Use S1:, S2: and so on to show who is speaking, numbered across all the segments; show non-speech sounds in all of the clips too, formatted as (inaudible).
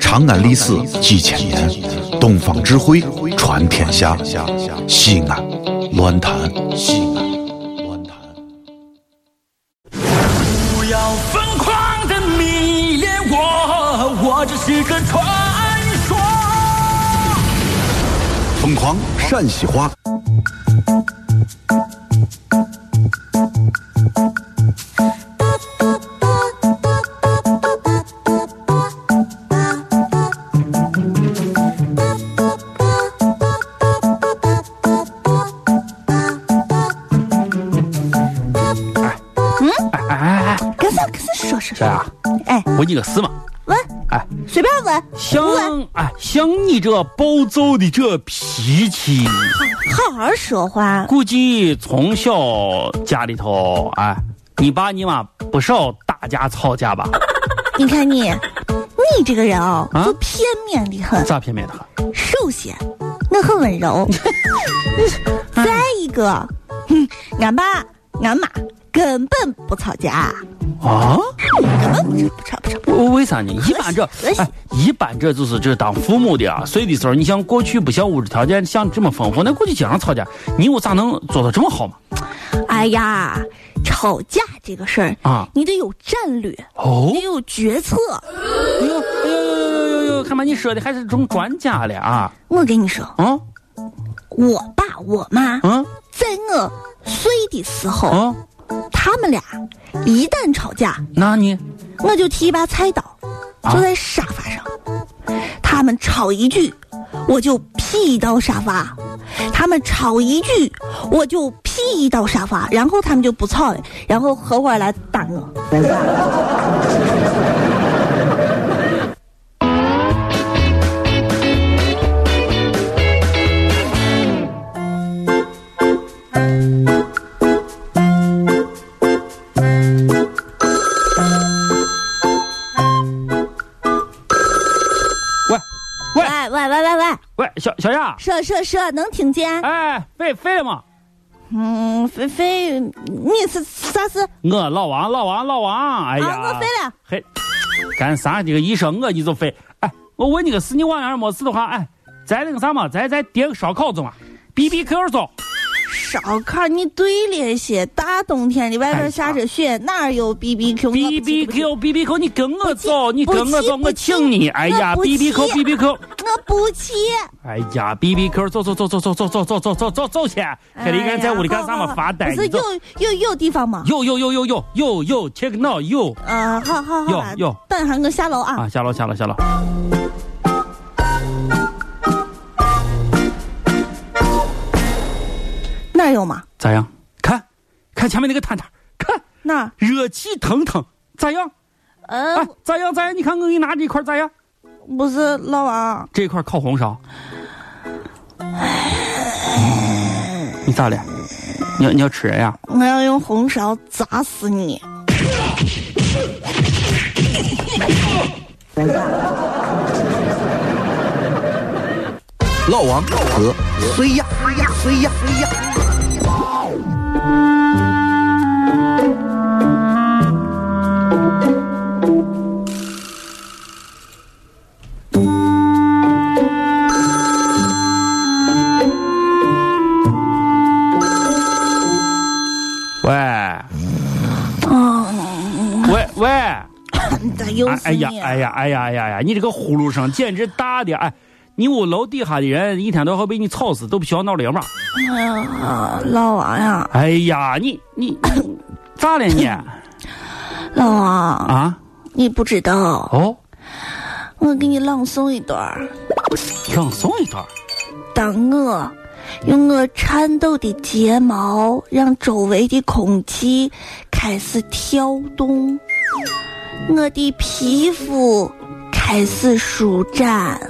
S1: 长安历史几千年，东方智慧传天下。西安，乱谈西安，乱谈。
S2: 不要疯狂的迷恋我，我只是个传说。
S1: 疯狂陕西话，
S3: 跟是跟是说说
S4: 这
S3: 说
S4: 样，
S3: 哎，
S4: 问你个事嘛，
S3: 问，
S4: 哎，
S3: 随便问，
S4: 像哎像你这暴躁的这脾气，
S3: 好好说话。
S4: 估计从小家里头哎，你爸你妈不少打架吵架吧？
S3: 你看你，你这个人哦，
S4: 啊
S3: 就片面的很。
S4: 咋偏偏他？
S3: 首先，我很
S4: (laughs)
S3: 温柔；
S4: 嗯
S3: 再一个，哼，俺爸俺妈根本不吵架，
S4: 啊？
S3: 根本不吵不吵不吵。
S4: 哦为为啥呢？一般这
S3: 和谐和谐
S4: 哎，一般这就是就是当父母的啊，睡的时候你像过去不像物质条件像这么丰富，那估计经常吵架，你又咋能做到这么好嘛？
S3: 哎呀，吵架这个事儿
S4: 啊
S3: 你得有战略，
S4: 哦
S3: 你得有决策。
S4: 哎呦哎呦呦呦呦呦！看把你说的还是中专家了啊！
S3: 我跟你说，
S4: 啊
S3: 我爸我妈
S4: 啊
S3: 在我睡的时候。
S4: 啊！
S3: 他们俩一旦吵架，
S4: 那你
S3: 我就提一把菜刀，
S4: 啊
S3: 坐在沙发上。他们吵一句，我就劈一刀沙发；他们吵一句，我就劈一刀沙发。然后他们就不吵了，然后合伙来打我。
S4: 喂喂
S3: 喂喂喂喂喂，
S4: 喂，小小亚，
S3: 说说说，能听见？
S4: 哎，喂，废了吗？
S3: 嗯，飞飞，你是啥事？
S4: 我老王，老王，老王，哎呀，
S3: 啊，我飞了。
S4: 嘿，干啥？这个医生，我你就废。哎，我问你个事，你晚上没事的话，哎，咱那个啥嘛，咱咱点个烧烤子嘛，B B Q 烧。
S3: 烧烤，你对了些，大冬天的外边下着雪，哪儿有 B B Q
S4: B 哎 B Q B B Q，你跟我走，你跟我走，
S3: 不
S4: 我
S3: 去
S4: 请你。哎呀
S3: 我不
S4: ，B
S3: 去
S4: B Q B B Q，
S3: 我不去。
S4: 哎呀，B B Q，走走走走走走走走走走走走去。黑了一干在屋里干啥
S3: 好
S4: 嘛？
S3: 好
S4: 发呆。
S3: 哎不是
S4: 你走
S3: 有有有地方吗？
S4: 哟哟哟哟哟哟哟，check now 哟
S3: 啊，好好好吧
S4: 有有，
S3: 等一下我下楼啊。
S4: 啊，下楼下楼下楼。
S3: 那儿有吗？
S4: 咋样？看，看前面那个摊摊，看
S3: 那儿？
S4: 热气腾腾，咋样？
S3: 呃
S4: 哎，，咋样？咋样？你看我给你拿这块儿咋样？
S3: 不是老王，
S4: 这块儿烤红烧。你咋了？你要你要吃人呀？
S3: 我要用红烧砸死你！
S4: 哎
S1: 老王和谁呀谁呀谁呀？
S4: 喂，喂喂，
S3: 得有
S4: 哎
S3: 死
S4: 哎
S3: 你！
S4: 呀哎呀哎呀哎呀哎呀！你这个呼噜声简直大的哎！你屋楼底下的人一天到晚被你吵死，都不需要闹铃吧？
S3: 哎呀，老王呀，
S4: 哎呀，你你咋了你啊？
S3: 老王，你不知道，
S4: 哦，
S3: 我给你朗诵一段儿。
S4: 朗诵一段儿。
S3: 当我用我颤抖的睫毛让周围的空气开始跳动，我的皮肤开始舒展，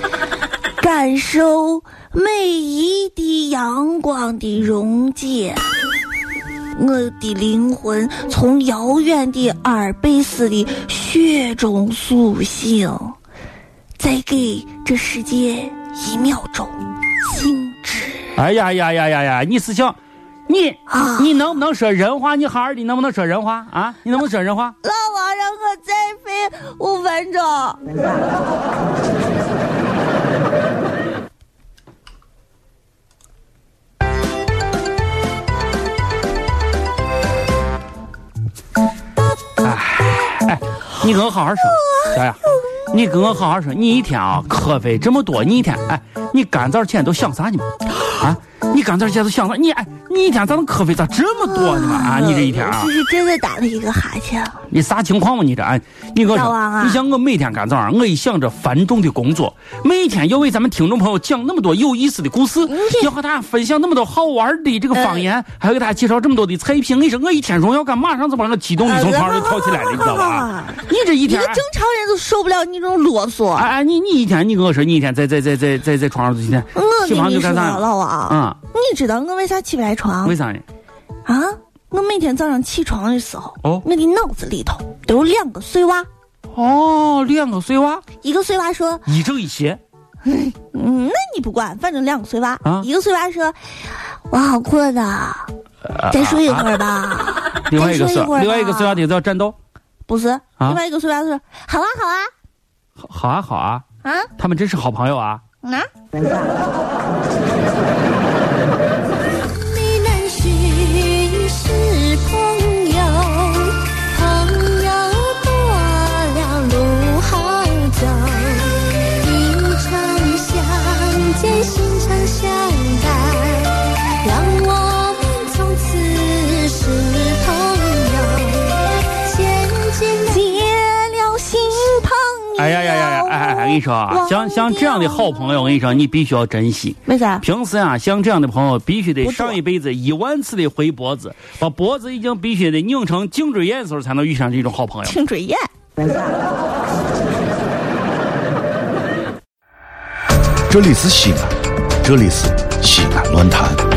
S3: (laughs) 感受每一滴阳光的溶解。我的灵魂从遥远的阿尔卑斯的雪中苏醒。再给这世界一秒钟静止。
S4: 哎呀呀呀呀呀！你是想，你
S3: 啊
S4: 你能不能说人话？你哈尔的能不能说人话啊？你能不能说人话？
S3: 老王让我再飞五分钟。
S4: 你跟我好好说，小雅，你跟我好好说，你一天啊瞌睡这么多，你一天哎，你干早起来都想啥呢嘛？啊，你干早起来都想啥？你哎，你一天咋能瞌睡咋这么多呢嘛？啊，你这一天啊
S3: 这，是真的打了一个哈欠。
S4: 你啥情况嘛？你这哎，你跟我
S3: 老
S4: 说，
S3: 王啊
S4: 你像我每天干早上，我一想着繁重的工作，每天要为咱们听众朋友讲那么多有意思的故事，要和大家分享那么多好玩的这个方言，还要给大家介绍这么多的菜品。你说我一天荣耀感马上就把我激动的从床上就跳起来了，你知道吧？你这一
S3: 一
S4: 天
S3: 个。正常人都受不了你这种啰嗦。
S4: 哎哎，你你一天你跟我说，你一天在在在在在在床上几天，
S3: 我
S4: 起
S3: 跟
S4: 床
S3: 你
S4: 就干
S3: 说，
S4: 啥？
S3: 老王，
S4: 啊，
S3: 你知道我为啥起不来床
S4: 为啥呢？
S3: 啊？我每天早上起床的时候，
S4: 哦
S3: 我的脑子里头都有两个碎娃，
S4: 哦，两个碎娃，
S3: 一个碎娃说
S4: 一正一邪，
S3: 嗯，那你不管，反正两个碎娃，
S4: 啊
S3: 一个碎娃说：“我好困啊，再睡一会儿吧。
S4: 另外一个碎
S3: 再睡一会儿，吧
S4: 另外一个碎娃得叫战斗。
S3: 不是，另外一个碎娃说：“好啊，好
S4: 好好啊，好啊，
S3: 啊，
S4: 他们真是好朋友啊！
S3: 啊啊！”
S5: 你难寻是朋友，朋友过了路好走，一场相见，心常相待，让我们从此是朋友，渐渐地
S3: 结了新朋友。
S4: 哎呀呀呀呀！哎哎哎，我跟你说啊，像像这样的好朋友，我跟你说，你必须要珍惜。
S3: 为啥？
S4: 平时啊，像这样的朋友，必须得
S3: 不多
S4: 上一辈子一万次的回脖子，把脖子已经必须得拧成颈椎眼的时候，才能遇上这种好朋友。
S3: 听嘴眼。
S1: 这里是西安，这里是西安乱坛。